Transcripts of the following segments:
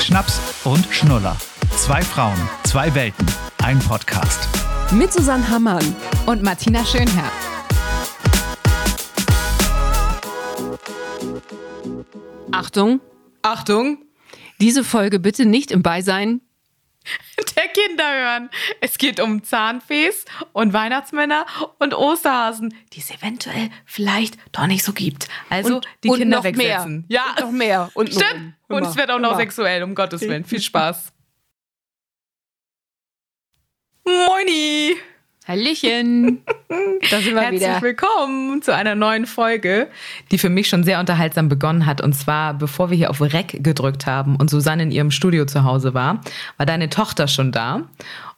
Schnaps und Schnuller. Zwei Frauen, zwei Welten, ein Podcast. Mit Susanne Hammann. und Martina Schönherr. Achtung, Achtung, diese Folge bitte nicht im Beisein. der Kinder hören. Es geht um Zahnfees und Weihnachtsmänner und Osterhasen, die es eventuell vielleicht doch nicht so gibt. Also Und- die und Kinder noch wegsetzen. mehr. Ja, Und noch mehr. Und noch- stimmt. Und immer, es wird auch noch immer. sexuell, um Gottes Willen. Viel Spaß. Moini! Hallöchen. da sind wir Herzlich wieder. willkommen zu einer neuen Folge, die für mich schon sehr unterhaltsam begonnen hat. Und zwar, bevor wir hier auf Rec gedrückt haben und Susanne in ihrem Studio zu Hause war, war deine Tochter schon da.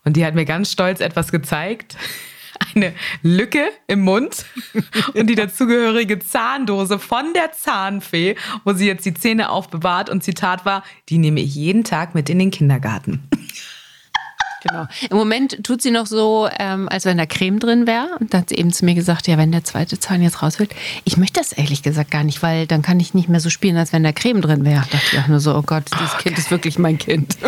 Und die hat mir ganz stolz etwas gezeigt. Eine Lücke im Mund und die dazugehörige Zahndose von der Zahnfee, wo sie jetzt die Zähne aufbewahrt. Und Zitat war, die nehme ich jeden Tag mit in den Kindergarten. Genau. Im Moment tut sie noch so, ähm, als wenn da Creme drin wäre. Und dann hat sie eben zu mir gesagt, ja, wenn der zweite Zahn jetzt raus will. Ich möchte das ehrlich gesagt gar nicht, weil dann kann ich nicht mehr so spielen, als wenn da Creme drin wäre. Dachte ich auch nur so, oh Gott, dieses Kind ist wirklich mein Kind.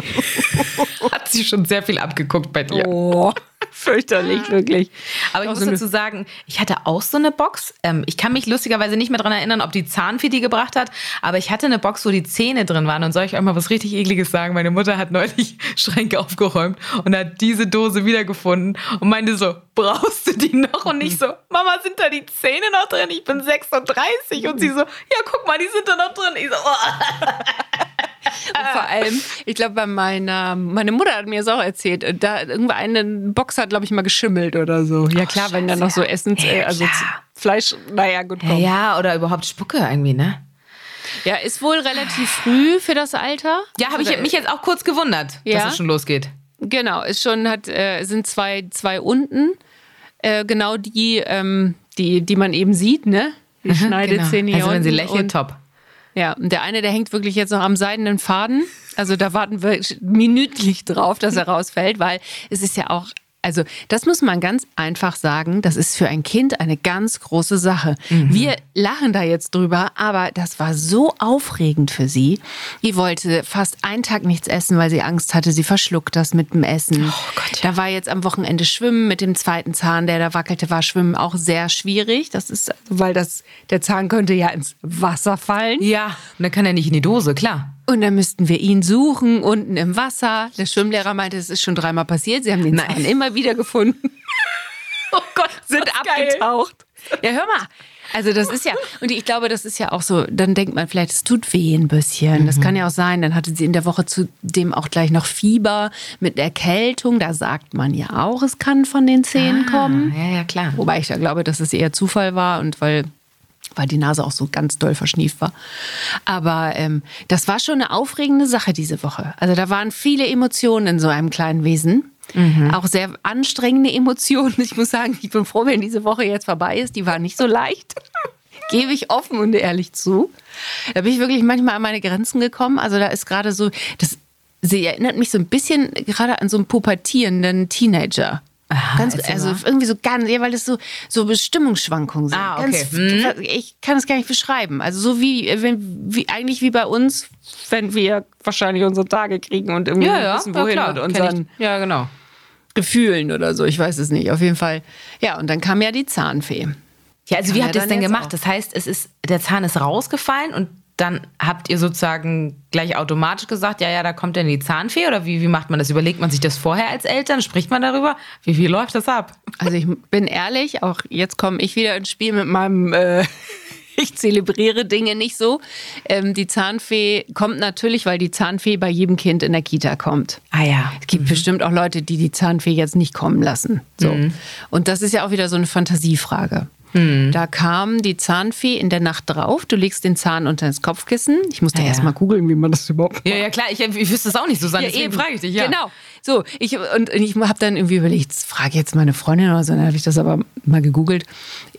Hat sie schon sehr viel abgeguckt bei dir. Oh, Ah. fürchterlich, wirklich. Aber ich Auch muss so eine- dazu sagen, ich hatte auch so eine Box. Ähm, ich kann mich lustigerweise nicht mehr daran erinnern, ob die Zahnfee die gebracht hat, aber ich hatte eine Box, wo die Zähne drin waren. Und soll ich euch mal was richtig Ekliges sagen? Meine Mutter hat neulich Schränke aufgeräumt und hat diese Dose wiedergefunden und meinte so, brauchst du die noch? Und ich so, Mama, sind da die Zähne noch drin? Ich bin 36. Und sie so, ja, guck mal, die sind da noch drin. Ich so, oh. Und vor allem, ich glaube, bei meiner, meine Mutter hat mir das auch erzählt, äh, da irgendwo eine Box hat, glaube ich, mal geschimmelt oder so. Ja klar, wenn da noch so Essen, äh, also klar. Fleisch, naja, gut, komm. Ja, oder überhaupt Spucke irgendwie, ne? Ja, ist wohl relativ früh für das Alter. Ja, habe ich Oder- mich jetzt auch kurz gewundert, Ja? dass es schon losgeht. Genau, ist schon, hat, äh, sind zwei, zwei unten. Äh, genau die, ähm, die, die man eben sieht, ne? Die Schneidezähne hier Also wenn sie unten lächelt, und- top. Ja, und der eine, der hängt wirklich jetzt noch am seidenen Faden. Also da warten wir minütlich drauf, dass er rausfällt, weil es ist ja auch, also das muss man ganz einfach sagen, das ist für ein Kind eine ganz große Sache. Wir lachen da jetzt drüber, aber das war so aufregend für sie. Die wollte fast einen Tag nichts essen, weil sie Angst hatte, sie verschluckt das mit dem Essen. Oh Gott, Da war jetzt am Wochenende Schwimmen mit dem zweiten Zahn, der da wackelte, war Schwimmen auch sehr schwierig. Das ist, weil das, der Zahn könnte ja ins Wasser fallen. Ja, und dann kann er nicht in die Dose, klar. Und dann müssten wir ihn suchen, unten im Wasser. Der Schwimmlehrer meinte, es ist schon dreimal passiert. Sie haben den Zahn immer wieder gefunden. Oh Gott, sind abgetaucht. Ja, hör mal. Also das ist ja, und ich glaube, das ist ja auch so, dann denkt man vielleicht, es tut weh ein bisschen. Das kann ja auch sein. Dann hatte sie in der Woche zudem auch gleich noch Fieber mit Erkältung. Da sagt man ja auch, es kann von den Zähnen kommen. Ja, ja, klar. Wobei ich da glaube, dass es eher Zufall war und weil, weil die Nase auch so ganz doll verschnieft war. Aber ähm, das war schon eine aufregende Sache diese Woche. Also da waren viele Emotionen in so einem kleinen Wesen. Auch sehr anstrengende Emotionen. Ich muss sagen, ich bin froh, wenn diese Woche jetzt vorbei ist. Die war nicht so leicht. Gebe ich offen und ehrlich zu. Da bin ich wirklich manchmal an meine Grenzen gekommen. Also da ist gerade so, das, sie erinnert mich so ein bisschen gerade an so einen pubertierenden Teenager. Aha, ganz, Ah, erzähl also mal. irgendwie so ganz, ja, weil es so, so Bestimmungsschwankungen sind. Ah, okay. Ganz, Ich kann es gar nicht beschreiben. Also so wie, äh, wenn, wie eigentlich wie bei uns, wenn wir wahrscheinlich unsere Tage kriegen und irgendwie wissen, wohin mit unseren ja, genau. Gefühlen oder so. Ich weiß es nicht. Auf jeden Fall. Ja, und dann kam ja die Zahnfee. Ja, also Kann wie er habt ihr es dann denn jetzt gemacht? auch. Das heißt, es ist, der Zahn ist rausgefallen und dann habt ihr sozusagen gleich automatisch gesagt, ja, ja, da kommt dann die Zahnfee oder wie, wie macht man das? Überlegt man sich das vorher als Eltern? Spricht man darüber? Wie, wie läuft das ab? Also ich bin ehrlich, auch jetzt komme ich wieder ins Spiel mit meinem, äh, ich zelebriere Dinge nicht so. Ähm, die Zahnfee kommt natürlich, weil die Zahnfee bei jedem Kind in der Kita kommt. Ah ja. Es gibt bestimmt auch Leute, die die Zahnfee jetzt nicht kommen lassen. So. Mhm. Und das ist ja auch wieder so eine Fantasiefrage. Da kam die Zahnfee in der Nacht drauf. Du legst den Zahn unter das Kopfkissen. Ich musste Ja, erst ja. mal googeln, wie man das überhaupt Ja, ja, klar, ich, ich wüsste es auch nicht, Susanne, deswegen frage ich dich, ja. Genau. So, ich, und ich habe dann irgendwie überlegt, frage jetzt meine Freundin oder so, dann habe ich das aber mal gegoogelt.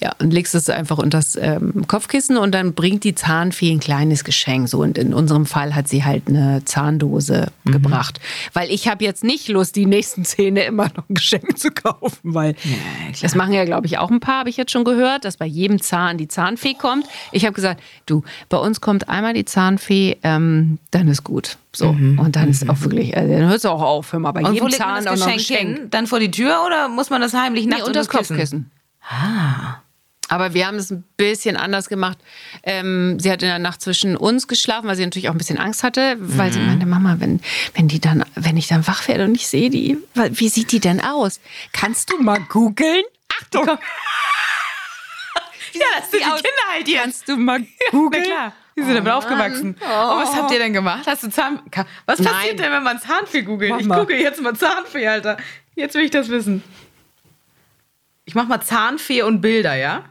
Ja, und legst es einfach unter das ähm, Kopfkissen und dann bringt die Zahnfee ein kleines Geschenk. So, und in unserem Fall hat sie halt eine Zahndose Mhm. gebracht. Weil ich habe jetzt nicht Lust, die nächsten Zähne immer noch ein Geschenk zu kaufen, weil das machen ja, glaube ich, auch ein paar, habe ich jetzt schon gehört. gehört, dass bei jedem Zahn die Zahnfee kommt. Ich habe gesagt, du, bei uns kommt einmal die Zahnfee, ähm, dann ist gut. So. Und dann ist auch wirklich, also, dann hört es auch auf, hör mal, bei Mhm. Und wo jedem legt man Zahn auch das noch ein Geschenk Geschenk. hin? Dann vor die Tür oder muss man das heimlich nachts Nee, unter das Ah. Kissen? Kopfkissen. Aber wir haben es ein bisschen anders gemacht. Ähm, sie hat in der Nacht zwischen uns geschlafen, weil sie natürlich auch ein bisschen Angst hatte, weil sie meinte, Mama, wenn, wenn die dann, wenn ich dann wach werde und ich sehe die, wa- wie sieht die denn aus? Kannst du mal googeln? Achtung! Ja, das sind die aus- Kinder halt hier. Kannst du mal Na googeln? klar, die sind damit aufgewachsen. Oh. was habt ihr denn gemacht? Hast du Zahn... Ka- Was Nein. passiert denn, wenn man Zahnfee googelt? Mach ich mal. google jetzt mal Zahnfee, Alter. Jetzt will ich das wissen. Ich mach mal Zahnfee und Bilder, ja?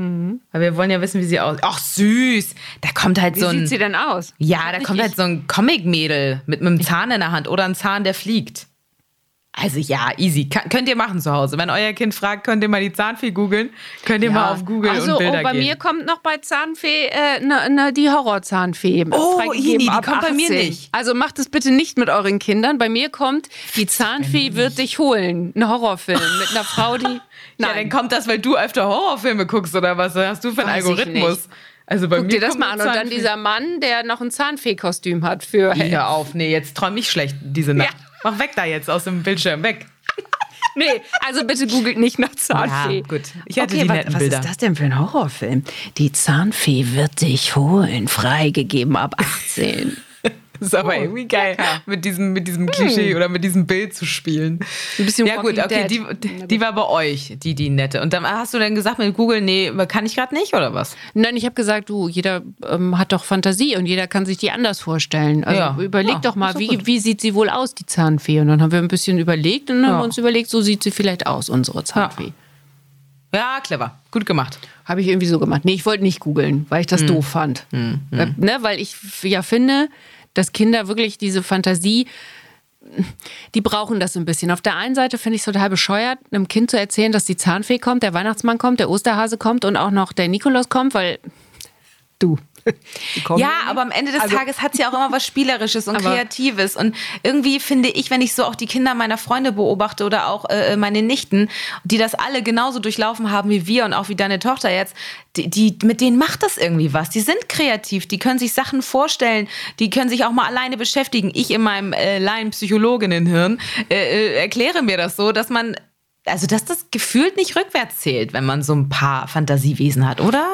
Weil wir wollen ja wissen, wie sie aussieht. Ach, süß. Da kommt halt Wie so ein... sieht sie denn aus? Ja, da Richtig. kommt halt so ein Comic-Mädel mit einem Zahn in der Hand oder ein Zahn, der fliegt. Also ja, easy. Ka- könnt ihr machen zu Hause. Wenn euer Kind fragt, könnt ihr mal die Zahnfee googeln. Könnt ihr mal auf Google also, und Bilder oh, bei gehen. mir kommt noch bei Zahnfee, äh, ne, ne, die Horrorzahnfee. Oh, freigegeben Ini, die ab kommt bei mir 18. nicht. Also macht es bitte nicht mit euren Kindern. Bei mir kommt, die Zahnfee wird dich holen. Ein Horrorfilm mit einer Frau, die. ja, dann kommt das, weil du öfter Horrorfilme guckst oder was? Hast du für einen Weiß ich Algorithmus? nicht. Also bei Guck mir dir das kommt mal an. eine Und dann Zahnfee. dieser Mann, der noch ein Zahnfee-Kostüm hat für. Hör auf, nee, jetzt träum ich schlecht diese Nacht. Ja. Mach weg da jetzt aus dem Bildschirm, weg. Nee, also bitte googelt nicht nach Zahnfee. Ja, gut. Ich hatte okay, die wa- netten was Bilder. ist das denn für ein Horrorfilm? Die Zahnfee wird dich holen, freigegeben ab 18. Das ist aber Oh, irgendwie geil, mit diesem, mit diesem Klischee oder mit diesem Bild zu spielen. Hm. Ein bisschen ja gut, Walking okay, Dead. die, die war bei euch, die, die nette. Und dann hast du dann gesagt mit Google, nee, kann ich gerade nicht oder was? Nein, ich habe gesagt, du, jeder ähm, hat doch Fantasie und jeder kann sich die anders vorstellen. Also Ja. überleg Ja, doch ist mal, doch wie, gut. wie sieht sie wohl aus, die Zahnfee? Und dann haben wir ein bisschen überlegt und dann haben Ja. wir uns überlegt, so sieht sie vielleicht aus, unsere Zahnfee. Ja, clever, gut gemacht. Habe ich irgendwie so gemacht. Nee, ich wollte nicht googeln, weil ich Hm. das doof fand. Äh, Ne, weil ich f- ja finde, dass Kinder wirklich diese Fantasie, die brauchen das ein bisschen. Auf der einen Seite finde ich es total bescheuert, einem Kind zu erzählen, dass die Zahnfee kommt, der Weihnachtsmann kommt, der Osterhase kommt und auch noch der Nikolaus kommt, weil du. die kommen Also Ja, aber am Ende des Tages hat sie auch immer was Spielerisches und Aber- Kreatives. Und irgendwie finde ich, wenn ich so auch die Kinder meiner Freunde beobachte oder auch äh, meine Nichten, die das alle genauso durchlaufen haben wie wir und auch wie deine Tochter jetzt, die, die, mit denen macht das irgendwie was. Die sind kreativ, die können sich Sachen vorstellen, die können sich auch mal alleine beschäftigen. Ich in meinem äh, Laienpsychologinnenhirn äh, äh, erkläre mir das so, dass man. Also, dass das gefühlt nicht rückwärts zählt, wenn man so ein paar Fantasiewesen hat, oder?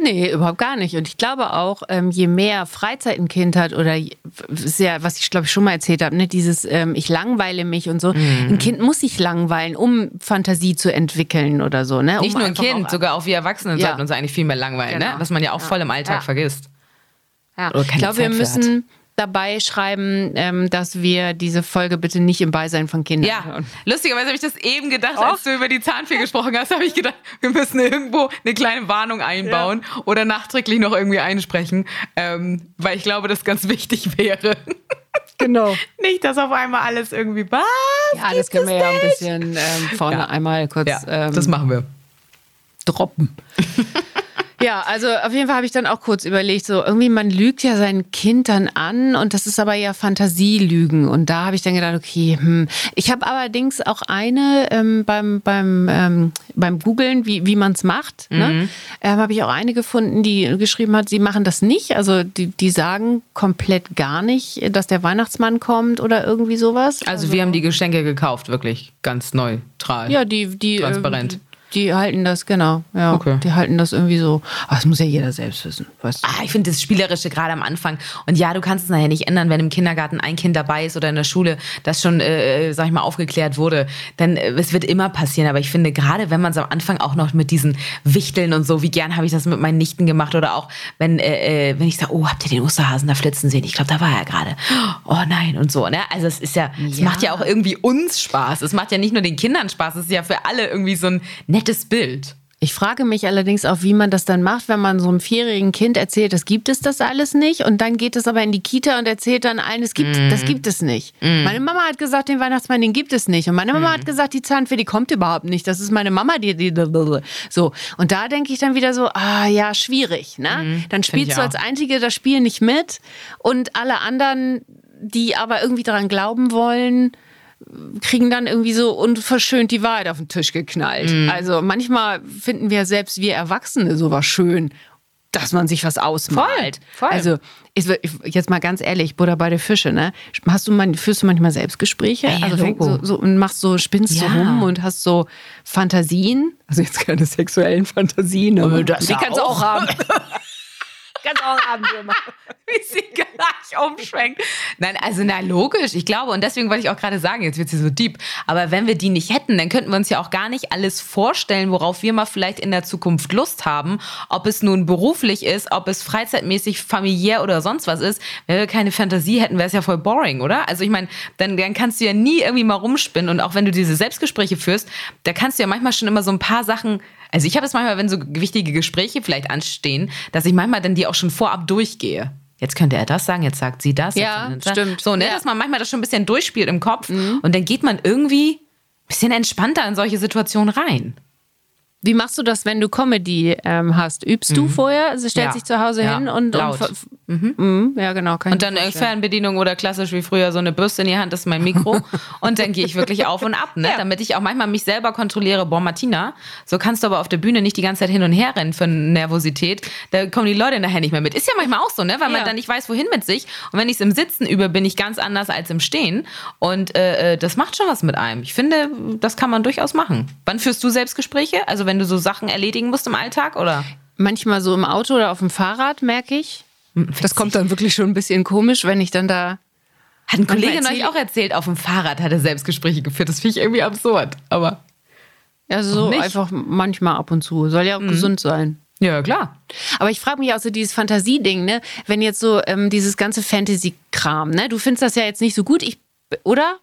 Nee, überhaupt gar nicht. Und ich glaube auch, ähm, je mehr Freizeit ein Kind hat oder je- sehr, was ich glaube ich schon mal erzählt habe, ne, dieses ähm, ich langweile mich und so. Mhm. Ein Kind muss sich langweilen, um Fantasie zu entwickeln oder so. Ne? Nicht um nur ein einfach Kind, auch- sogar auch wir Erwachsenen Ja. sollten uns eigentlich viel mehr langweilen, Genau. ne? was man ja auch voll im Alltag Ja. vergisst. Ja. oder Ich keine glaube, wir Zeit für müssen dabei schreiben, ähm, dass wir diese Folge bitte nicht im Beisein von Kindern Ja, hören. lustigerweise habe ich das eben gedacht, als du über die Zahnfee gesprochen hast, habe ich gedacht, wir müssen irgendwo eine kleine Warnung einbauen oder nachträglich noch irgendwie einsprechen, ähm, weil ich glaube, das ganz wichtig wäre. Genau. Nicht, dass auf einmal alles irgendwie was? Ja, das können wir ja ein bisschen ähm, vorne Ja. einmal kurz Ja, ähm, das machen wir. droppen. ja, also auf jeden Fall habe ich dann auch kurz überlegt, so irgendwie man lügt ja sein Kind dann an und das ist aber ja Fantasielügen und da habe ich dann gedacht, okay, hm. ich habe allerdings auch eine ähm, beim beim ähm, beim Googlen, wie wie man es macht, ne, ähm, habe ich auch eine gefunden, die geschrieben hat, sie machen das nicht, also die die sagen komplett gar nicht, dass der Weihnachtsmann kommt oder irgendwie sowas. Also, wir haben die Geschenke gekauft, wirklich ganz neutral. Ja, die, die ähm, Transparent. Die, die halten das, genau. Ja, Okay. Die halten das irgendwie so. Aber das muss ja jeder selbst wissen. Weißt du? Ah, ich finde das Spielerische gerade am Anfang. Und ja, du kannst es nachher nicht ändern, wenn im Kindergarten ein Kind dabei ist oder in der Schule, das schon, äh, sag ich mal, aufgeklärt wurde. Dann, äh, es wird immer passieren. Aber ich finde, gerade wenn man es am Anfang auch noch mit diesen Wichteln und so, wie gern habe ich das mit meinen Nichten gemacht oder auch, wenn, äh, äh, wenn ich sage, oh, habt ihr den Osterhasen da flitzen sehen? Ich glaube, da war er gerade. Oh nein und so. Ne? Also es ist ja, es Ja. macht ja auch irgendwie uns Spaß. Es macht ja nicht nur den Kindern Spaß. Es ist ja für alle irgendwie so ein nettes Bild. Ich frage mich allerdings auch, wie man das dann macht, wenn man so einem vierjährigen Kind erzählt, das gibt es das alles nicht. Und dann geht es aber in die Kita und erzählt dann allen, es gibt, Mm. das gibt es nicht. Meine Mama hat gesagt, den Weihnachtsmann, den gibt es nicht. Und meine Mm. Mama hat gesagt, die Zahnfee, die kommt überhaupt nicht. Das ist meine Mama, die, die, so. Und da denke ich dann wieder so, ah ja, schwierig. Ne? Dann Mm. ich spielst du auch. als einzige das Spiel nicht mit und alle anderen, die aber irgendwie daran glauben wollen, kriegen dann irgendwie so unverschönt die Wahrheit auf den Tisch geknallt. Mhm. Also manchmal finden wir selbst wir Erwachsene sowas schön, dass man sich was ausmalt. Voll, voll. Also ich, ich, jetzt mal ganz ehrlich, Buddha bei der Fische, ne? Hast du man, führst du manchmal Selbstgespräche? Ja, ja, also fängst Logo. so, so und machst so, spinnst so Ja. rum und hast so Fantasien. Also jetzt keine sexuellen Fantasien, aber das die ja kannst du auch auch. haben. kannst du auch haben, Wilma. wie sie gleich umschwenkt. Nein, also na logisch, ich glaube, und deswegen wollte ich auch gerade sagen, jetzt wird sie so deep, aber wenn wir die nicht hätten, dann könnten wir uns ja auch gar nicht alles vorstellen, worauf wir mal vielleicht in der Zukunft Lust haben, ob es nun beruflich ist, ob es freizeitmäßig, familiär oder sonst was ist. Wenn wir keine Fantasie hätten, wäre es ja voll boring, oder? Also ich meine, dann, dann kannst du ja nie irgendwie mal rumspinnen und auch wenn du diese Selbstgespräche führst, da kannst du ja manchmal schon immer so ein paar Sachen also ich habe es manchmal, wenn so wichtige Gespräche vielleicht anstehen, dass ich manchmal dann die auch schon vorab durchgehe. Jetzt könnte er das sagen, jetzt sagt sie das. jetzt Ja, sagt er das. stimmt. So, ne, Ja. Mhm. dass man manchmal das schon ein bisschen durchspielt im Kopf und dann geht man irgendwie ein bisschen entspannter in solche Situationen rein. Wie machst du das, wenn du Comedy ähm, hast? Übst du vorher? Also stellst Mhm. Ja. dich zu Hause Ja. hin und, Laut. und ver- Mhm. ja genau. Kann Und dann äh, Fernbedienung oder klassisch wie früher so eine Bürste in die Hand, das ist mein Mikro. und dann gehe ich wirklich auf und ab, ne? damit ich auch manchmal mich selber kontrolliere. Boah, Martina, so kannst du aber auf der Bühne nicht die ganze Zeit hin und her rennen für Nervosität. Da kommen die Leute nachher nicht mehr mit. Ist ja manchmal auch so, ne? weil Ja. man dann nicht weiß, wohin mit sich. Und wenn ich es im Sitzen übe, bin ich ganz anders als im Stehen. Und äh, äh, das macht schon was mit einem. Ich finde, das kann man durchaus machen. Wann führst du Selbstgespräche? Also wenn du so Sachen erledigen musst im Alltag oder? manchmal so im Auto oder auf dem Fahrrad merke ich. Hm, Das kommt dann wirklich schon ein bisschen komisch, wenn ich dann da. Hat ein Kollege erzähl- neulich auch erzählt, auf dem Fahrrad hat er Selbstgespräche geführt. Das finde ich irgendwie absurd. Aber Also so Warum nicht? einfach manchmal ab und zu. Soll ja auch gesund sein. ja, klar. Aber ich frage mich auch so dieses Fantasieding, ne? Wenn jetzt so ähm, dieses ganze Fantasy-Kram, ne? Du findest das ja jetzt nicht so gut, ich, oder?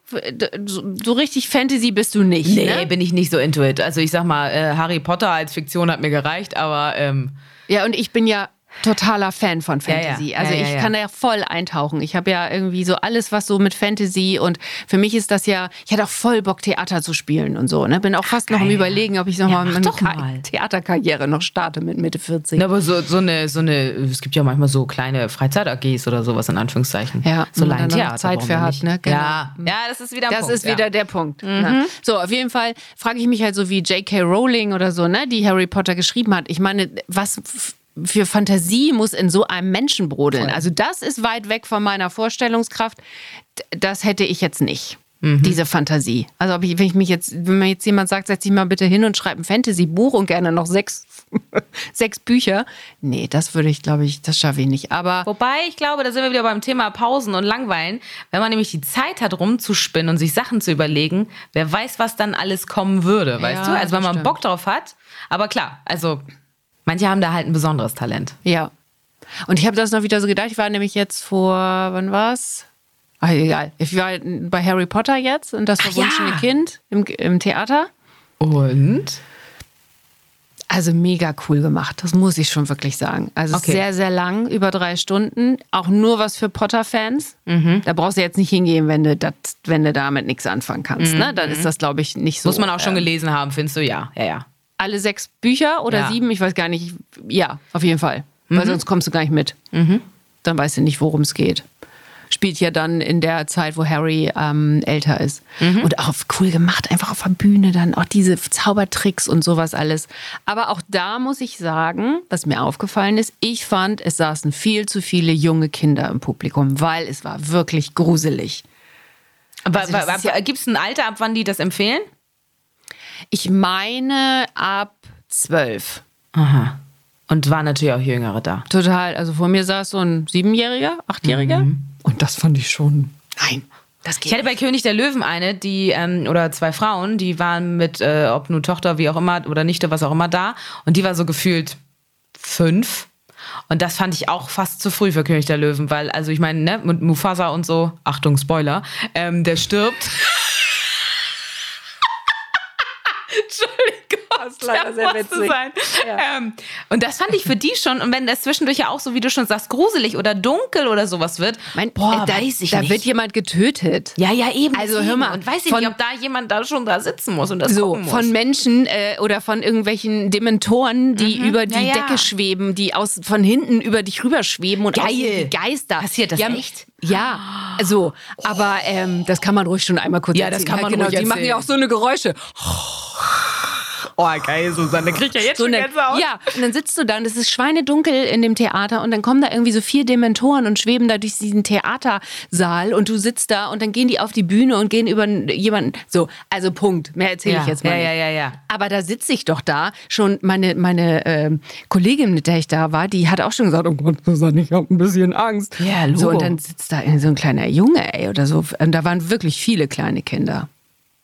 So, so richtig Fantasy bist du nicht. Nee, ne? bin ich nicht so into it. Also ich sag mal, äh, Harry Potter als Fiktion hat mir gereicht, aber ähm, Ja, und ich bin ja totaler Fan von Ja, ja. Fantasy. Ja, Also ja, ich ja. kann da ja voll eintauchen. Ich habe ja irgendwie so alles, was so mit Fantasy und für mich ist das ja, ich hatte auch voll Bock, Theater zu spielen und so. Ne? Bin auch fast noch am geil. Überlegen, ob ich noch Ah, Ja, mal mach meine doch Ka- mal. Theaterkarriere noch starte mit Mitte 40. aber so, so eine, so eine, es gibt ja manchmal so kleine Freizeit-AGs oder sowas in Anführungszeichen. Ja, so wo man dann noch Laientheater. Zeit warum für hat, nicht? ne? Genau. Ja. ja, Mhm. das ist wieder ein Das Punkt, ist wieder ja. Mhm. der Punkt. Na. So, auf jeden Fall frage ich mich halt so wie J.K. Rowling oder so, ne, die Harry Potter geschrieben hat. Ich meine, was f- für Fantasie muss in so einem Menschen brodeln? Also, das ist weit weg von meiner Vorstellungskraft. D- Das hätte ich jetzt nicht. Mhm. Diese Fantasie. Also, ob ich, wenn ich mich jetzt, wenn mir jetzt jemand sagt, setz dich mal bitte hin und schreib ein Fantasy-Buch und gerne noch sechs, sechs Bücher. Nee, das würde ich, glaube ich, das schaffe ich nicht. Aber Wobei, ich glaube, da sind wir wieder beim Thema Pausen und Langweilen. Wenn man nämlich die Zeit hat, rumzuspinnen und sich Sachen zu überlegen, wer weiß, was dann alles kommen würde, weißt du? Also das wenn man stimmt. Bock drauf hat. Aber klar, also manche haben da halt ein besonderes Talent. Ja. Und ich habe das noch wieder so gedacht. Ich war nämlich jetzt vor, wann war's? Ach, egal. Ich war bei Harry Potter jetzt und das verwunschene ja. Kind im, im Theater. Und? Also mega cool gemacht, das muss ich schon wirklich sagen. Also Okay. sehr, sehr lang, über drei Stunden. Auch nur was für Potter-Fans. Da brauchst du jetzt nicht hingehen, wenn du, dat, wenn du damit nichts anfangen kannst. Ne? Dann ist das, glaube ich, nicht so. Muss man auch schon äh, gelesen haben, findest du? Ja, ja, ja. alle sechs Bücher oder Ja. sieben, ich weiß gar nicht. Ja, auf jeden Fall. Weil sonst kommst du gar nicht mit. Dann weißt du nicht, worum es geht. Spielt ja dann in der Zeit, wo Harry ähm, älter ist. Und auch cool gemacht, einfach auf der Bühne dann auch diese Zaubertricks und sowas alles. Aber auch da muss ich sagen, was mir aufgefallen ist, ich fand, es saßen viel zu viele junge Kinder im Publikum, weil es war wirklich gruselig. Aber Also das ist ja- gibt es ein Alter, ab wann die das empfehlen? Ich meine ab zwölf. Aha. Und waren natürlich auch Jüngere da. Total. Also vor mir saß so ein Siebenjähriger, Achtjähriger. Mhm. Und das fand ich schon. Nein, das Ich hatte bei König der Löwen eine, die, ähm, oder zwei Frauen, die waren mit, äh, ob nur Tochter, wie auch immer, oder Nichte, was auch immer da. Und die war so gefühlt fünf. Und das fand ich auch fast zu früh für König der Löwen, weil, also ich meine, ne, mit Mufasa und so, Achtung, Spoiler, ähm, der stirbt. Entschuldigung. leider sehr muss so witzig. sein. Ähm, und das fand ich für die schon. Und wenn das zwischendurch ja auch so, wie du schon sagst, gruselig oder dunkel oder sowas wird, Mein, boah, äh, da, weiß ich da nicht. wird jemand getötet. ja, ja, eben. Also, deswegen. hör mal, Und weiß ich von- nicht, ob da jemand da schon da sitzen muss und das So, gucken muss. von Menschen äh, oder von irgendwelchen Dementoren, die über die Mhm. ja, ja. Decke schweben, die aus, von hinten über dich rüberschweben und Geil. aussehen wie Geister. Passiert das ja, echt? Ja, also, aber ähm, das kann man ruhig schon einmal kurz Ja, das erzählen. kann man genau, ruhig Die machen ja erzählen. auch so eine Geräusche. oh, geil, Susanne, kriegt ja jetzt So eine, ja, und dann sitzt du da und es ist schweinedunkel in dem Theater und dann kommen da irgendwie so vier Dementoren und schweben da durch diesen Theatersaal und du sitzt da und dann gehen die auf die Bühne und gehen über jemanden. So, also Punkt. Mehr erzähle ich jetzt mal ja, nicht. ja, ja, ja. Aber da sitze ich doch da. Schon meine, meine ähm, Kollegin, mit der ich da war, die hat auch schon gesagt, oh Gott, Susanne, ich habe ein bisschen Angst. Ja, Logo. so, und dann sitzt da irgendwie so ein kleiner Junge, ey, oder so. Und da waren wirklich viele kleine Kinder.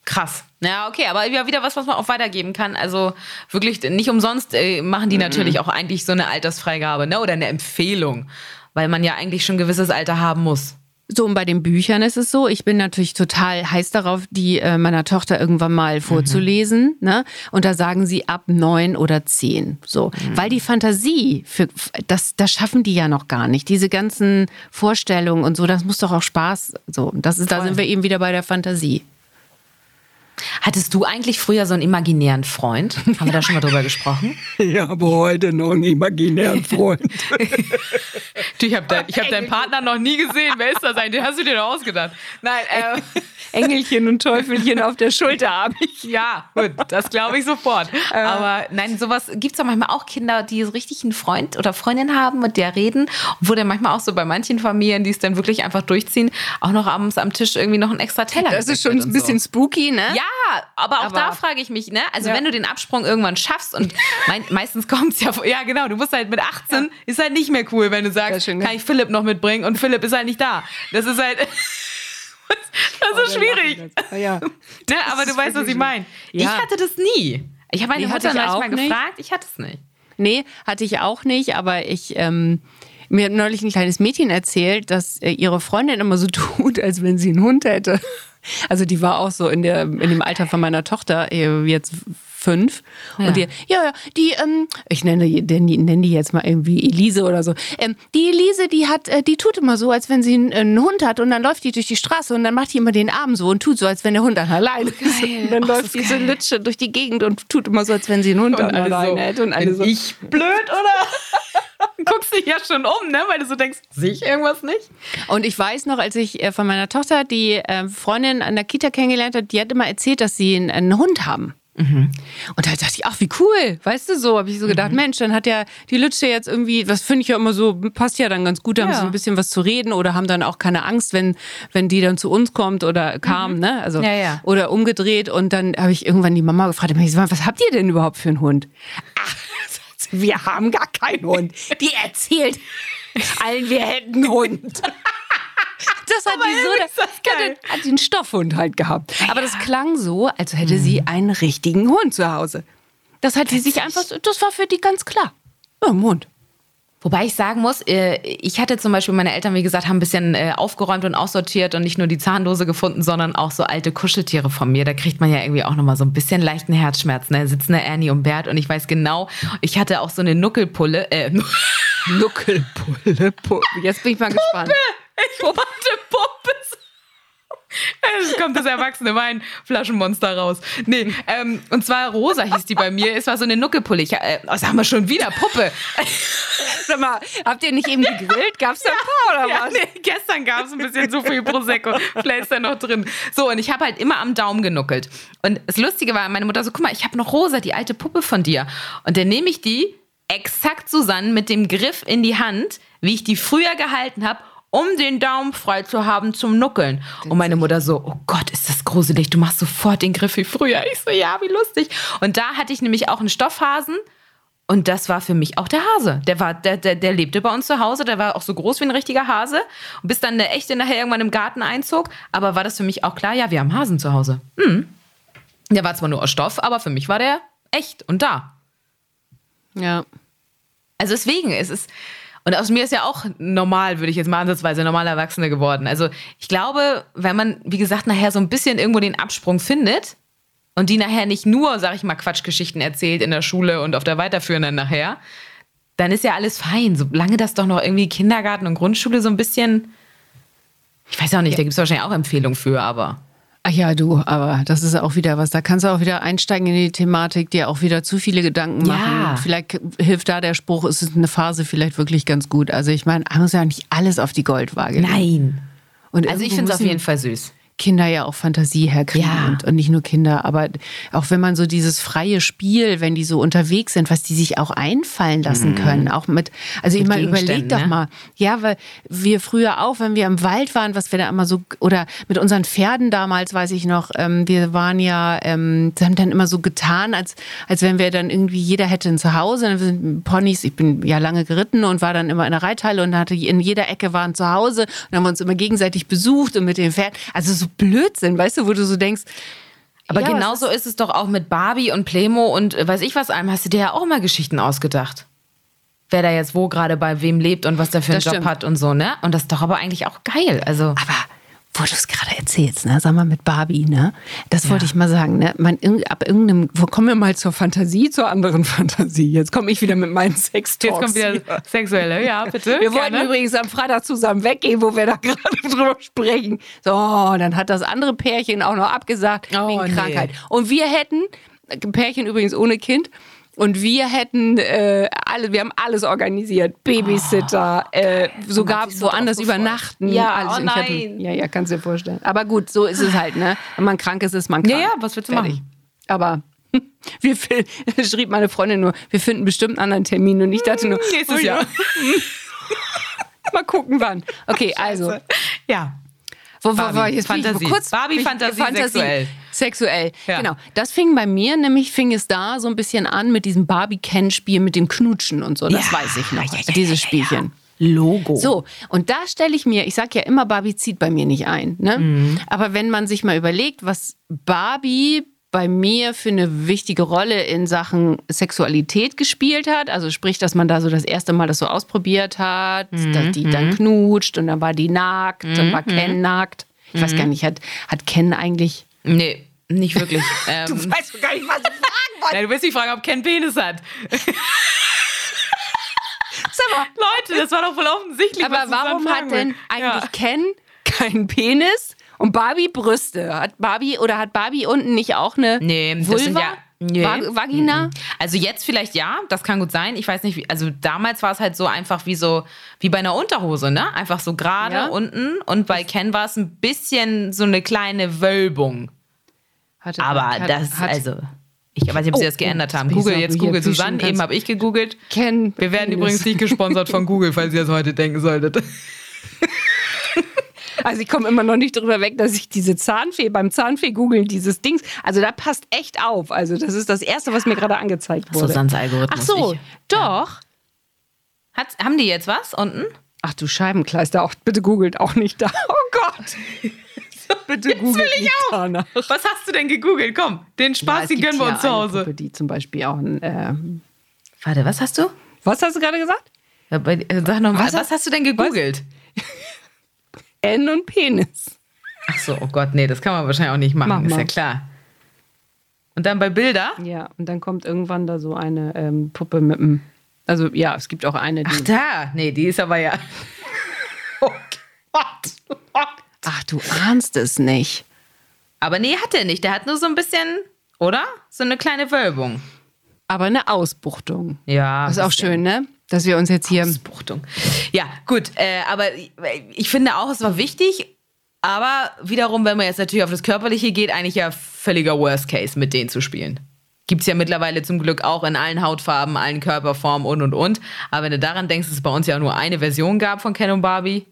Krass. Ja, okay, aber ja, wieder was, was man auch weitergeben kann. Also wirklich nicht umsonst äh, machen die natürlich auch eigentlich so eine Altersfreigabe ne? oder eine Empfehlung, weil man ja eigentlich schon ein gewisses Alter haben muss. So, und bei den Büchern ist es so, ich bin natürlich total heiß darauf, die äh, meiner Tochter irgendwann mal vorzulesen. Ne? Und da sagen sie ab neun oder zehn. So. Weil die Fantasie, für, das, das schaffen die ja noch gar nicht. Diese ganzen Vorstellungen und so, das muss doch auch Spaß. So, das ist, da sind wir eben wieder bei der Fantasie. Hattest du eigentlich früher so einen imaginären Freund? Haben wir da schon mal drüber gesprochen? Ich habe heute noch einen imaginären Freund. Du, ich habe dein, ich hab deinen Partner noch nie gesehen. Wer ist das eigentlich? Den hast du dir doch ausgedacht. Nein, ähm, Engelchen und Teufelchen auf der Schulter habe ich. ja, gut, das glaube ich sofort. Äh. Aber nein, sowas gibt es ja manchmal auch Kinder, die so richtig einen Freund oder Freundin haben, mit der reden. Und wo dann manchmal auch so bei manchen Familien, die es dann wirklich einfach durchziehen, auch noch abends am Tisch irgendwie noch einen extra Teller Das ist gedeckt schon wird ein und bisschen spooky, ne? Ja, aber auch Aber- da frage ich mich, ne? Also wenn du den Absprung irgendwann schaffst und mein, meistens kommt es ja, vor- ja genau, du musst halt mit 18, ist halt nicht mehr cool, wenn du sagst, schön, ne? kann ich Philipp noch mitbringen und Philipp ist halt nicht da. Das ist halt, das, Oh, ist schwierig. Ne? Aber du weißt, was ich meine. Ich Ja. hatte das nie. Ich habe meine Nee, hatte Mutter ich neulich auch mal nicht. gefragt, ich hatte es nicht. Nee, hatte ich auch nicht, aber ich. Ähm mir hat neulich ein kleines Mädchen erzählt, dass äh, ihre Freundin immer so tut, als wenn sie einen Hund hätte. Also die war auch so in, der, in dem Alter von meiner Tochter, äh, jetzt fünf. Und die, ja, ja, die, ähm, ich nenne die, den- die- nenne die jetzt mal irgendwie Elise oder so. Ähm, die Elise, die hat, äh, die tut immer so, als wenn sie einen, einen Hund hat und dann läuft die durch die Straße und dann macht die immer den Arm so und tut so, als wenn der Hund dann alleine ist. Und dann läuft diese Lütsche durch die Gegend und tut immer so, als wenn sie einen Hund dann alleine hätte. Und alle bin so, ich blöd oder? Guckst dich ja schon um, ne? Weil du so denkst, sehe ich irgendwas nicht? Und ich weiß noch, als ich äh, von meiner Tochter die äh, Freundin an der Kita kennengelernt habe, die hat immer erzählt, dass sie einen, einen Hund haben. Mhm. Und da dachte ich, ach, wie cool, weißt du, so habe ich so gedacht, Mensch, dann hat ja die Lütsche jetzt irgendwie, was finde ich ja immer so, passt ja dann ganz gut, da haben sie ein bisschen was zu reden oder haben dann auch keine Angst, wenn, wenn die dann zu uns kommt oder kam, ne? Also, Mhm. Ja, ja. Oder umgedreht und dann habe ich irgendwann die Mama gefragt, hab ich gesagt, was habt ihr denn überhaupt für einen Hund? Ach, wir haben gar keinen Hund. Die erzählt allen, wir hätten einen Hund. Das hat die so, ist das geil. Hat, hat die einen Stoffhund halt gehabt. Aber das klang so, als hätte sie einen richtigen Hund zu Hause. Mhm. Das Oh, hat sie sich einfach, so- das war für die ganz klar. Ja, Mond. Wobei ich sagen muss, äh, ich hatte zum Beispiel, meine Eltern, wie gesagt, haben ein bisschen äh, aufgeräumt und aussortiert und nicht nur die Zahnlose gefunden, sondern auch so alte Kuscheltiere von mir. Da kriegt man ja irgendwie auch nochmal so ein bisschen leichten Herzschmerz. Ne? Sitzen da Ernie und Bert und ich weiß genau, ich hatte auch so eine Nuckelpulle. Äh, Nuckelpulle, Puppe. Jetzt bin ich mal gespannt. ich wollte Puppes. Es kommt das erwachsene Wein, Flaschenmonster raus. Nee, ähm, und zwar Rosa hieß die bei mir. Es war so eine Nuckelpulle. Ich, äh, oh, sagen wir schon wieder, Puppe. Sag mal, habt ihr nicht eben gegrillt? Gab's da ein paar oder Ja, was? nee, gestern gab es ein bisschen zu viel Prosecco. Vielleicht ist da noch drin. So, und ich habe halt immer am Daumen genuckelt. Und das Lustige war, meine Mutter so, guck mal, ich habe noch Rosa, die alte Puppe von dir. Und dann nehme ich die exakt Susanne mit dem Griff in die Hand, wie ich die früher gehalten habe, um den Daumen frei zu haben zum Nuckeln. Und meine Mutter so, oh Gott, ist das gruselig, du machst sofort den Griff wie früher. Ich so, ja, wie lustig. Und da hatte ich nämlich auch einen Stoffhasen. Und das war für mich auch der Hase. Der, war, der, der, der lebte bei uns zu Hause, der war auch so groß wie ein richtiger Hase. Und bis dann der echte nachher irgendwann im Garten einzog. Aber war das für mich auch klar, ja, wir haben Hasen zu Hause. Hm. Der war zwar nur aus Stoff, aber für mich war der echt und da. Ja. Also deswegen es ist und aus mir ist ja auch normal, würde ich jetzt mal ansatzweise normal Erwachsene geworden. Also ich glaube, wenn man, wie gesagt, nachher so ein bisschen irgendwo den Absprung findet, und die nachher nicht nur, sag ich mal, Quatschgeschichten erzählt in der Schule und auf der Weiterführenden nachher, dann ist ja alles fein. Solange das doch noch irgendwie Kindergarten und Grundschule so ein bisschen. Ich weiß auch nicht, da gibt es wahrscheinlich auch Empfehlungen für, aber. Ach ja, du, aber das ist auch wieder was. Da kannst du auch wieder einsteigen in die Thematik, dir auch wieder zu viele Gedanken Ja. machen. Vielleicht hilft da der Spruch, es ist eine Phase vielleicht wirklich ganz gut. Also ich meine, man muss ja nicht alles auf die Goldwaage. legen. Nein. Und Also ich Genau. irgendwo finde es auf müssen jeden Fall süß. Kinder ja auch Fantasie herkriegen Ja. und, und nicht nur Kinder, aber auch wenn man so dieses freie Spiel, wenn die so unterwegs sind, was die sich auch einfallen lassen können, auch mit, also ich Mit immer überleg Gegenständen, doch ne? mal, ja, weil wir früher auch, wenn wir im Wald waren, was wir da immer so, oder mit unseren Pferden damals, weiß ich noch, ähm, wir waren ja, ähm, das haben dann immer so getan, als, als wenn wir dann irgendwie, jeder hätte ein Zuhause, dann sind Ponys, ich bin ja lange geritten und war dann immer in der Reithalle und hatte in jeder Ecke waren zu Hause und haben wir uns immer gegenseitig besucht und mit den Pferden, also so Blödsinn, weißt du, wo du so denkst, Aber ja, was genauso ist es doch auch mit Barbie und Plemo und äh, weiß ich was allem. Hast du dir ja auch mal Geschichten ausgedacht? Wer da jetzt wo gerade bei wem lebt und was der für einen Das Job stimmt. hat und so, ne? Und das ist doch aber eigentlich auch geil. Also, Aber wo du es gerade erzählst, ne, sag mal mit Barbie, ne? Das wollte ich mal sagen, ne? Man, irg- ab irgendeinem, wo kommen wir mal zur Fantasie, zur anderen Fantasie. Jetzt komme ich wieder mit meinen sex jetzt kommt wieder sexuelle, ja, bitte. Wir wollten gerne. übrigens am Freitag zusammen weggehen, wo wir da gerade drüber sprechen. So, dann hat das andere Pärchen auch noch abgesagt Oh, wegen nee. Krankheit. Und wir hätten, Pärchen übrigens ohne Kind, und wir hätten äh, alle, wir haben alles organisiert. Babysitter, Oh. äh, sogar sich so drauf woanders gefreut. übernachten. Ja, alles. oh Und ich hätte- nein. Ja, ja, kannst dir vorstellen. Aber gut, so ist es halt, ne? Wenn man krank ist, ist man krank. Ja, ja, was willst du Fertig. machen? Aber wir, fi- schrieb meine Freundin nur, wir finden bestimmt einen anderen Termin. Und ich dachte nur, nächstes oh ja. Jahr. Mal gucken, wann. Okay, also. Ja. Wo, wo, Barbie, wo, jetzt bin ich Fantasie. mal kurz Barbie, ich- Fantasie, sexuell. Sexuell, Ja. genau. Das fing bei mir, nämlich fing es da so ein bisschen an mit diesem Barbie-Ken-Spiel, mit dem Knutschen und so. Das Ja. weiß ich noch, Ja, ja, ja, dieses ja, ja. Spielchen. Logo. So, und da stelle ich mir, ich sage ja immer, Barbie zieht bei mir nicht ein. Ne? Aber wenn man sich mal überlegt, was Barbie bei mir für eine wichtige Rolle in Sachen Sexualität gespielt hat, also sprich, dass man da so das erste Mal das so ausprobiert hat, dass die dann knutscht und dann war die nackt, dann war Ken nackt. Ich weiß gar nicht, hat, hat Ken eigentlich. Nee, nicht wirklich. ähm, du, Weißt du gar nicht, was ich fragen nein, du willst nicht fragen, ob Ken Penis hat. Sag mal, Leute, das war doch wohl offensichtlich. was Aber Susanne warum fragen hat will. denn eigentlich Ja. Ken keinen Penis und Barbie Brüste? Hat Barbie oder hat Barbie unten nicht auch eine Nee, das Vulva? sind ja- nee. Vag- Vagina? Also jetzt vielleicht ja, das kann gut sein. Ich weiß nicht, wie, also damals war es halt so einfach wie so wie bei einer Unterhose, ne? Einfach so gerade Ja. unten und bei Ken war es ein bisschen so eine kleine Wölbung. Hatte- Aber hat- das hat also ich weiß nicht, ob sie Oh, das geändert oh, haben. jetzt bin ich Google sauer, jetzt wie hier Google fischen Susanne, eben kannst. habe ich gegoogelt. Ken. Wir werden Penis. übrigens nicht gesponsert von Google, falls ihr das heute denken solltet. Also ich komme immer noch nicht drüber weg, dass ich diese Zahnfee beim Zahnfee googeln dieses Dings. Also da passt echt auf. Also das ist das erste, was mir gerade angezeigt wurde. Susans Algorithmus, Ach so, ich- doch. Hat's, haben die jetzt was unten? Ach du Scheibenkleister, auch bitte googelt auch nicht da. Oh Gott. Bitte Jetzt will googelt ich nicht auch. danach. Was hast du denn gegoogelt? Komm, den Spaß, es den gibt gönnen wir ja uns zu eine Hause. Puppe, die zum Beispiel auch ein. Äh, Warte, was hast du? was hast du gerade gesagt? Ja, bei- äh, Sag noch mal, Was was, hat- hast du denn gegoogelt? N und Penis. Ach so, oh Gott, nee, das kann man wahrscheinlich auch nicht machen, Mach ist mal. ja klar. Und dann bei Bilder? Ja, und dann kommt irgendwann da so eine ähm, Puppe mit einem. Also ja, es gibt auch eine, die. Ach da, nee, die ist aber ja. Oh Gott. Ach, du ahnst es nicht. Aber nee, hat er nicht. Der hat nur so ein bisschen, oder? So eine kleine Wölbung. Aber eine Ausbuchtung. Ja. Das ist auch schön, ne? Dass wir uns jetzt hier. Ausbuchtung. Ja, gut, äh, aber ich finde auch, es war wichtig. Aber wiederum, wenn man jetzt natürlich auf das Körperliche geht, eigentlich ja völliger Worst Case, mit denen zu spielen. Gibt es ja mittlerweile zum Glück auch in allen Hautfarben, allen Körperformen und und und. Aber wenn du daran denkst, dass es bei uns ja nur eine Version gab von Ken und Barbie,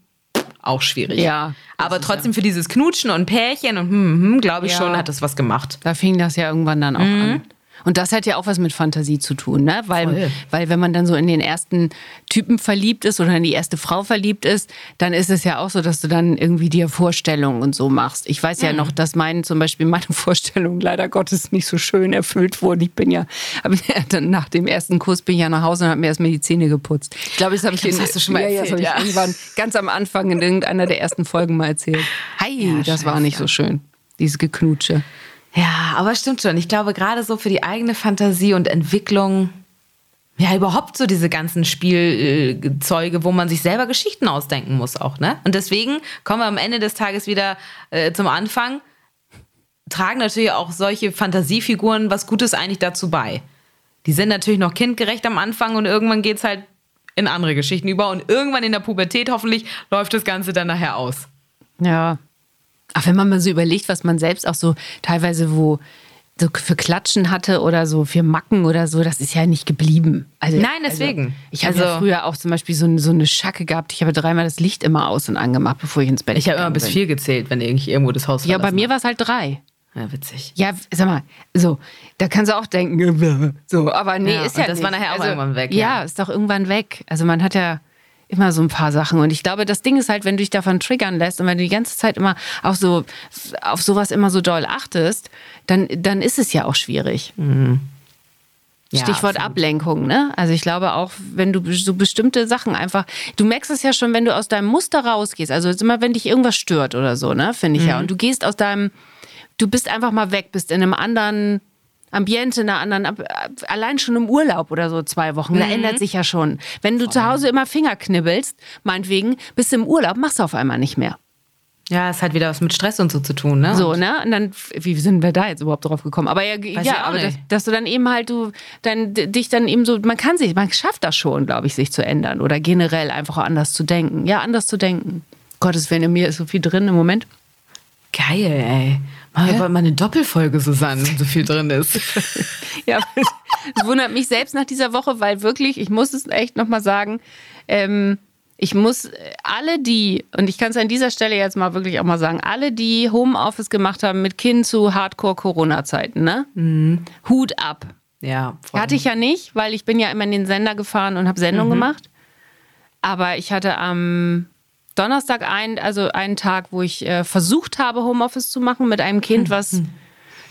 auch schwierig. Ja, das Aber trotzdem für dieses Knutschen und Pärchen und hm, hm, glaube ich Ja. schon, hat das was gemacht. Da fing das ja irgendwann dann auch Mhm. an. Und das hat ja auch was mit Fantasie zu tun, ne? Weil, Voll. weil wenn man dann so in den ersten Typen verliebt ist oder in die erste Frau verliebt ist, dann ist es ja auch so, dass du dann irgendwie dir Vorstellungen und so machst. Ich weiß Mhm. ja noch, dass mein, zum Beispiel meine Vorstellungen leider Gottes nicht so schön erfüllt wurden. Ich bin ja, hab, ja dann nach dem ersten Kuss bin ich ja nach Hause und habe mir erstmal die Zähne geputzt. Ich glaube, das habe ich, glaub, das in- hast du schon mal ja, erzählt, ja, das ja. hab ich irgendwann ganz am Anfang in irgendeiner der ersten Folgen mal erzählt. Hi, das war scheiße. nicht so schön. Dieses Geknutsche. Ja, aber stimmt schon. Ich glaube, gerade so für die eigene Fantasie und Entwicklung, ja, überhaupt so diese ganzen Spielzeuge, wo man sich selber Geschichten ausdenken muss auch, ne? Und deswegen kommen wir am Ende des Tages wieder äh, zum Anfang, tragen natürlich auch solche Fantasiefiguren was Gutes eigentlich dazu bei. Die sind natürlich noch kindgerecht am Anfang und irgendwann geht's halt in andere Geschichten über und irgendwann in der Pubertät hoffentlich läuft das Ganze dann nachher aus. Ja. Auch wenn man mal so überlegt, was man selbst auch so teilweise wo so für Klatschen hatte oder so für Macken oder so, das ist ja nicht geblieben. Also, Nein, deswegen. Also, ich habe Also- ja früher auch zum Beispiel so, ein- so eine Schacke gehabt. Ich habe dreimal das Licht immer aus und angemacht, bevor ich ins Bett Ich habe immer gegangen bis bin. vier gezählt, wenn ich irgendwo das Haus Ja, bei verlassen mir war es halt drei. hab. Ja, witzig. Ja, sag mal, so, da kannst du auch denken, so, aber nee, Ja, ist und ja das nicht. Also, war nachher auch irgendwann weg, Ja. ja. ist doch irgendwann weg. Also man hat ja immer so ein paar Sachen und ich glaube, das Ding ist halt, wenn du dich davon triggern lässt und wenn du die ganze Zeit immer auch so auf sowas immer so doll achtest, dann, dann ist es ja auch schwierig. Ja, Stichwort absolut. Ablenkung, ne? Also ich glaube auch, wenn du so bestimmte Sachen einfach, du merkst es ja schon, wenn du aus deinem Muster rausgehst, also jetzt immer, wenn dich irgendwas stört oder so, ne, finde ich Mhm. ja. Und du gehst aus deinem, du bist einfach mal weg, bist in einem anderen Ambiente, in einer anderen, Ab- Ab- allein schon im Urlaub oder so zwei Wochen, Mhm. da ändert sich ja schon. Wenn du zu Hause immer Finger knibbelst, meinetwegen, bist du im Urlaub, machst du auf einmal nicht mehr. Ja, es hat wieder was mit Stress und so zu tun, ne? So, ne? Und dann, wie sind wir da jetzt überhaupt drauf gekommen? Aber ja, Weiß ich ja auch aber dass, nicht. dass du dann eben halt, du, dann, d- dich dann eben so, man kann sich, man schafft das schon, glaube ich, sich zu ändern oder generell einfach auch anders zu denken. Ja, anders zu denken. Gottes Willen, in mir ist so viel drin im Moment. Geil, ey. Machen wir bald mal eine Doppelfolge, Susanne, wenn so viel drin ist. Ja, es wundert mich selbst nach dieser Woche, weil wirklich, ich muss es echt nochmal sagen, ähm, ich muss äh, alle die, und ich kann es an dieser Stelle jetzt mal wirklich auch mal sagen, alle die Homeoffice gemacht haben mit Kind zu Hardcore-Corona-Zeiten, ne? Mhm. Hut ab. Ja, voll. Hatte ich ja nicht, weil ich bin ja immer in den Sender gefahren und habe Mhm. Sendung gemacht. Aber ich hatte am Donnerstag einen, also einen Tag, wo ich äh, versucht habe, Homeoffice zu machen mit einem Kind, Hm, was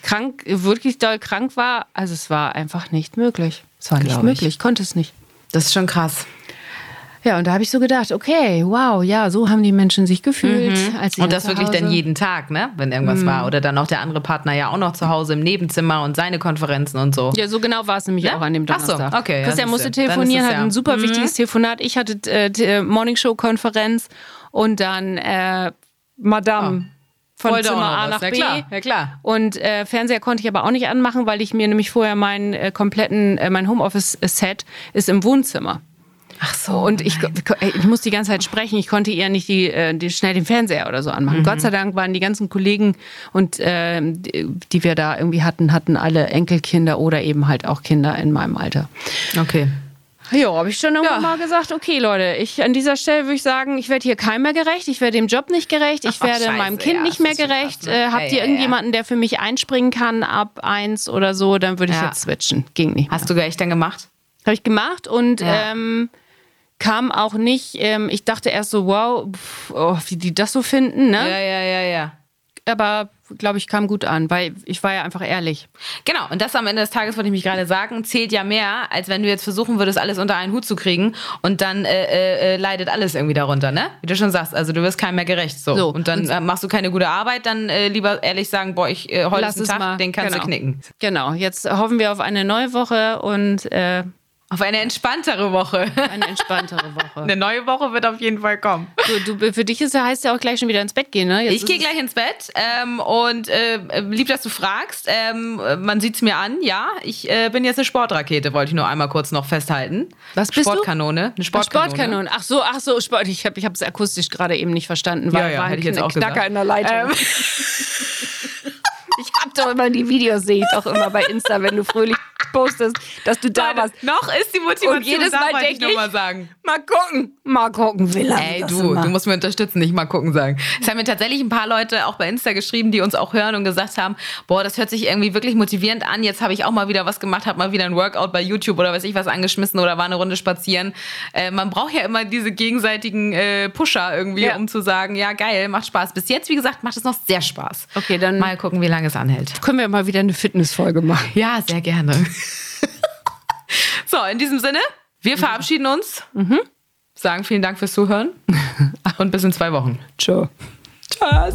krank, wirklich doll krank war. Also es war einfach nicht möglich. Es war nicht Glaub ich. möglich, ich konnte es nicht. Das ist schon krass. Ja, und da habe ich so gedacht, okay, wow, ja, so haben die Menschen sich gefühlt. Als sie Mhm. Und das zu wirklich dann Hause- jeden Tag, ne? Wenn irgendwas war. Oder dann auch der andere Partner ja auch noch zu Hause im Nebenzimmer und seine Konferenzen und so. Ja, so genau war es nämlich Ja? auch an dem Ne? Ach so, Donnerstag. okay, ja, Christian siehste. musste Dann ist telefonieren, es hatte ja. Mhm. ein super wichtiges Telefonat. Ich hatte äh, t- Morningshow-Konferenz und dann äh, Ah. Madame von Wollte auch Zimmer noch A was. nach Ja, B. klar, ja, klar. Und äh, Fernseher konnte ich aber auch nicht anmachen, weil ich mir nämlich vorher meinen äh, kompletten, äh, mein Homeoffice-Set ist im Wohnzimmer. Ach so. Und ich, ey, ich muss die ganze Zeit sprechen. Ich konnte ihr nicht die, äh, die, schnell den Fernseher oder so anmachen. Gott sei Dank waren die ganzen Kollegen und ähm, die, die wir da irgendwie hatten, hatten alle Enkelkinder oder eben halt auch Kinder in meinem Alter. Okay. Ja, habe ich schon irgendwann Ja. mal gesagt, okay, Leute, ich an dieser Stelle würde ich sagen, ich werde hier keinem mehr gerecht, ich werde dem Job nicht gerecht, ich Ach, werde scheiße, meinem Kind ja, nicht das mehr ist schon gerecht. krass, ne? Äh, Ja, habt ja, ihr ja. irgendjemanden, der für mich einspringen kann ab eins oder so, dann würde ich Ja. jetzt switchen. Ging nicht. Hast du echt dann gemacht? Habe ich gemacht und Ja. ähm, kam auch nicht. Ähm, ich dachte erst so, wow, pf, oh, wie die das so finden, ne? ja, ja, ja. Aber glaube ich, kam gut an, weil ich war ja einfach ehrlich. Genau, und das am Ende des Tages wollte ich mich gerade sagen, zählt ja mehr, als wenn du jetzt versuchen würdest, alles unter einen Hut zu kriegen und dann äh, äh, äh, leidet alles irgendwie darunter, ne? Wie du schon sagst, also du wirst keinem mehr gerecht. So. So, Und dann äh, machst du keine gute Arbeit, dann äh, lieber ehrlich sagen, boah, ich äh, heute Lass ist ein es Tag, mal. den kannst Genau. du knicken. Genau, jetzt hoffen wir auf eine neue Woche und äh, Auf eine entspanntere Woche. eine entspanntere Woche. eine neue Woche wird auf jeden Fall kommen. Du, du, für dich ist, heißt ja auch gleich schon wieder ins Bett gehen, ne? Jetzt Ich gehe ist- gleich ins Bett ähm, und äh, lieb, dass du fragst. Ähm, man sieht's mir an, ja. Ich äh, bin jetzt eine Sportrakete, wollte ich nur einmal kurz noch festhalten. Was bist du? Sportkanone. Eine Ach, Sportkanone. Sportkanon. Ach so, ach so, Sport. Ich habe ich es akustisch gerade eben nicht verstanden. Ja, ja, ein hätte ich jetzt Kn- auch gesagt. Ähm. Knacker in der Leitung. Ich hab doch immer die Videos, sehe ich doch immer bei Insta, wenn du fröhlich postest, dass du da warst. Warte, noch ist die Motivation Und jedes da, Mal wollte denk nur ich- mal sagen. Mal gucken. Mal gucken, will er Ey, das du, immer. du musst mir unterstützen, nicht mal gucken sagen. Es haben mir tatsächlich ein paar Leute auch bei Insta geschrieben, die uns auch hören und gesagt haben, boah, das hört sich irgendwie wirklich motivierend an. Jetzt habe ich auch mal wieder was gemacht, habe mal wieder ein Workout bei YouTube oder weiß ich was angeschmissen oder war eine Runde spazieren. Äh, man braucht ja immer diese gegenseitigen äh, Pusher irgendwie, Ja. um zu sagen, ja geil, macht Spaß. Bis jetzt, wie gesagt, macht es noch sehr Spaß. Okay, dann- mal gucken, wie lange es anhält. Können wir mal wieder eine Fitnessfolge machen? Ja, sehr gerne. so, in diesem Sinne, wir verabschieden uns, sagen vielen Dank fürs Zuhören und bis in zwei Wochen. Tschö. Tschüss.